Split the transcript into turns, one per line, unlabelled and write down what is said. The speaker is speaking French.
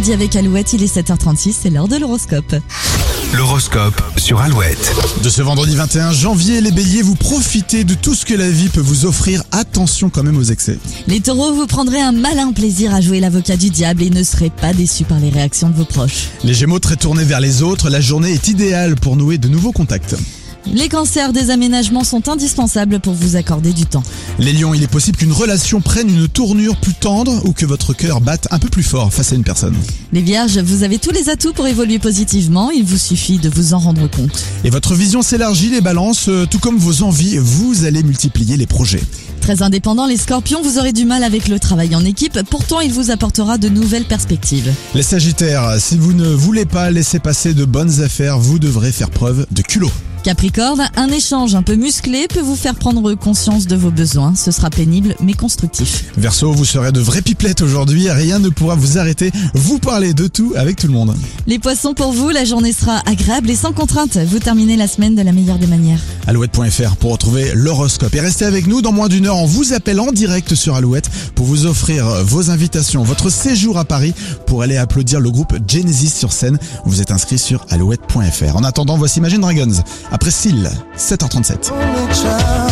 lundi avec Alouette, il est 7h36, c'est l'heure de l'horoscope.
L'horoscope sur Alouette.
De ce vendredi 21 janvier, les béliers, vous profitez de tout ce que la vie peut vous offrir. Attention quand même aux excès.
Les taureaux, vous prendrez un malin plaisir à jouer l'avocat du diable et ne serez pas déçus par les réactions de vos proches.
Les gémeaux, très tournés vers les autres, la journée est idéale pour nouer de nouveaux contacts.
Les cancers, des aménagements sont indispensables pour vous accorder du temps.
Les lions, il est possible qu'une relation prenne une tournure plus tendre ou que votre cœur batte un peu plus fort face à une personne.
Les vierges, vous avez tous les atouts pour évoluer positivement, il vous suffit de vous en rendre compte.
Et votre vision s'élargit, les balances, euh, tout comme vos envies, vous allez multiplier les projets.
Très indépendants, les scorpions, vous aurez du mal avec le travail en équipe, pourtant il vous apportera de nouvelles perspectives.
Les sagittaires, si vous ne voulez pas laisser passer de bonnes affaires, vous devrez faire preuve de culot.
Capricorne, un échange un peu musclé peut vous faire prendre conscience de vos besoins, ce sera pénible mais constructif.
Verseau, vous serez de vraies pipelettes aujourd'hui, rien ne pourra vous arrêter, vous parlez de tout avec tout le monde.
Les poissons pour vous, la journée sera agréable et sans contrainte. Vous terminez la semaine de la meilleure des manières.
Alouette.fr pour retrouver l'horoscope. Et restez avec nous dans moins d'une heure, on vous appelle en direct sur Alouette pour vous offrir vos invitations, votre séjour à Paris pour aller applaudir le groupe Genesis sur scène. Vous êtes inscrit sur Alouette.fr. En attendant, voici Imagine Dragons. Après Seal, 7h37.
only child